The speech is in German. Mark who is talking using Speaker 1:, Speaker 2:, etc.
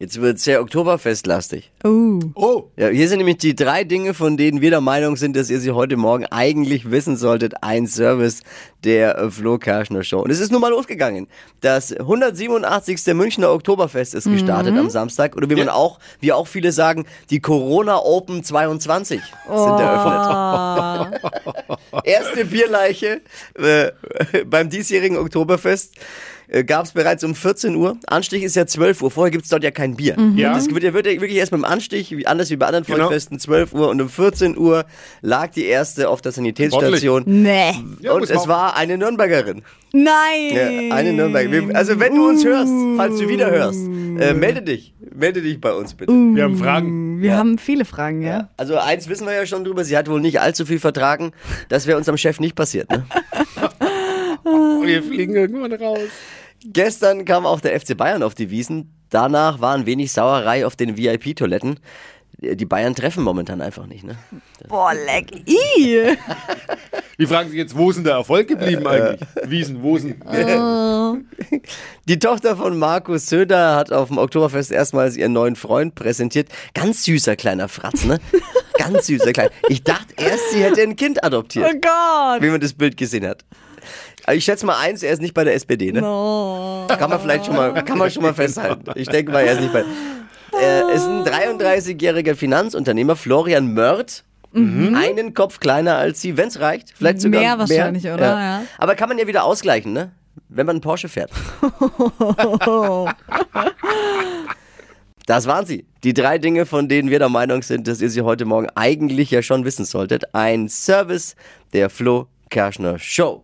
Speaker 1: Jetzt wird es sehr Oktoberfestlastig.
Speaker 2: Oh.
Speaker 3: Oh,
Speaker 1: Ja, hier sind nämlich die drei Dinge, von denen wir der Meinung sind, dass ihr sie heute Morgen eigentlich wissen solltet. Ein Service der äh, Flo Kerschner Show. Und es ist nun mal losgegangen. Das 187. Münchner Oktoberfest ist gestartet am Samstag. Oder wie man auch, wie auch viele sagen, die Corona Open 22
Speaker 2: Oh.
Speaker 1: sind eröffnet. Erste Bierleiche äh, beim diesjährigen Oktoberfest. Gab es bereits um 14 Uhr. Anstich ist ja 12 Uhr. Vorher gibt es dort ja kein Bier.
Speaker 3: Mhm. Ja.
Speaker 1: Das wird ja wird ja wirklich erst beim Anstich, wie- anders wie bei anderen
Speaker 3: Genau.
Speaker 1: Volkfesten, 12 Uhr und um 14 Uhr lag die erste auf der Sanitätsstation.
Speaker 2: Nee.
Speaker 3: Ja,
Speaker 1: und
Speaker 3: muss man Äh.
Speaker 1: es
Speaker 3: auch-
Speaker 1: war eine Nürnbergerin.
Speaker 2: Nein.
Speaker 1: Ja, eine Nürnbergerin. Wir- Also wenn du uns hörst, falls du wieder hörst, äh, melde dich. Melde dich bei uns bitte.
Speaker 3: wir haben Fragen.
Speaker 2: Wir haben viele Fragen, ja.
Speaker 1: Also eins wissen wir ja schon drüber, sie hat wohl nicht allzu viel vertragen. Das wäre unserem Chef nicht passiert. Ne?
Speaker 3: Oh, Wir fliegen irgendwann raus.
Speaker 1: Gestern kam auch der FC Bayern auf die Wiesen. Danach war ein wenig Sauerei auf den VIP-Toiletten. Die Bayern treffen momentan einfach nicht. Ne?
Speaker 2: Boah, leck. I.
Speaker 3: Die fragen sich jetzt, wo ist denn der Erfolg
Speaker 1: Äh,
Speaker 3: geblieben eigentlich? Wiesen, wo ist denn?
Speaker 1: Die Tochter von Markus Söder hat auf dem Oktoberfest erstmals ihren neuen Freund präsentiert. Ganz süßer kleiner Fratz, ne? Ganz süßer kleiner. Ich dachte erst, sie hätte ein Kind
Speaker 2: Oh
Speaker 1: adoptiert,
Speaker 2: Gott.
Speaker 1: wie man das Bild gesehen hat. Aber ich schätze mal eins, er ist nicht bei der SPD, ne?
Speaker 2: Oh.
Speaker 1: Kann man vielleicht schon mal, kann man schon mal festhalten. Ich denke mal, er ist nicht bei. Er ist ein 33-jähriger Finanzunternehmer, Florian Mörth. Einen Kopf kleiner als sie, wenn's reicht. Vielleicht sogar
Speaker 2: Mhm. Mehr wahrscheinlich, oder? Ja.
Speaker 1: Aber kann man ja wieder ausgleichen, ne? Wenn man einen Porsche fährt. Das waren sie. Die drei Dinge, von denen wir der Meinung sind, dass ihr sie heute Morgen eigentlich ja schon wissen solltet. Ein Service der Flo Kerschner Show.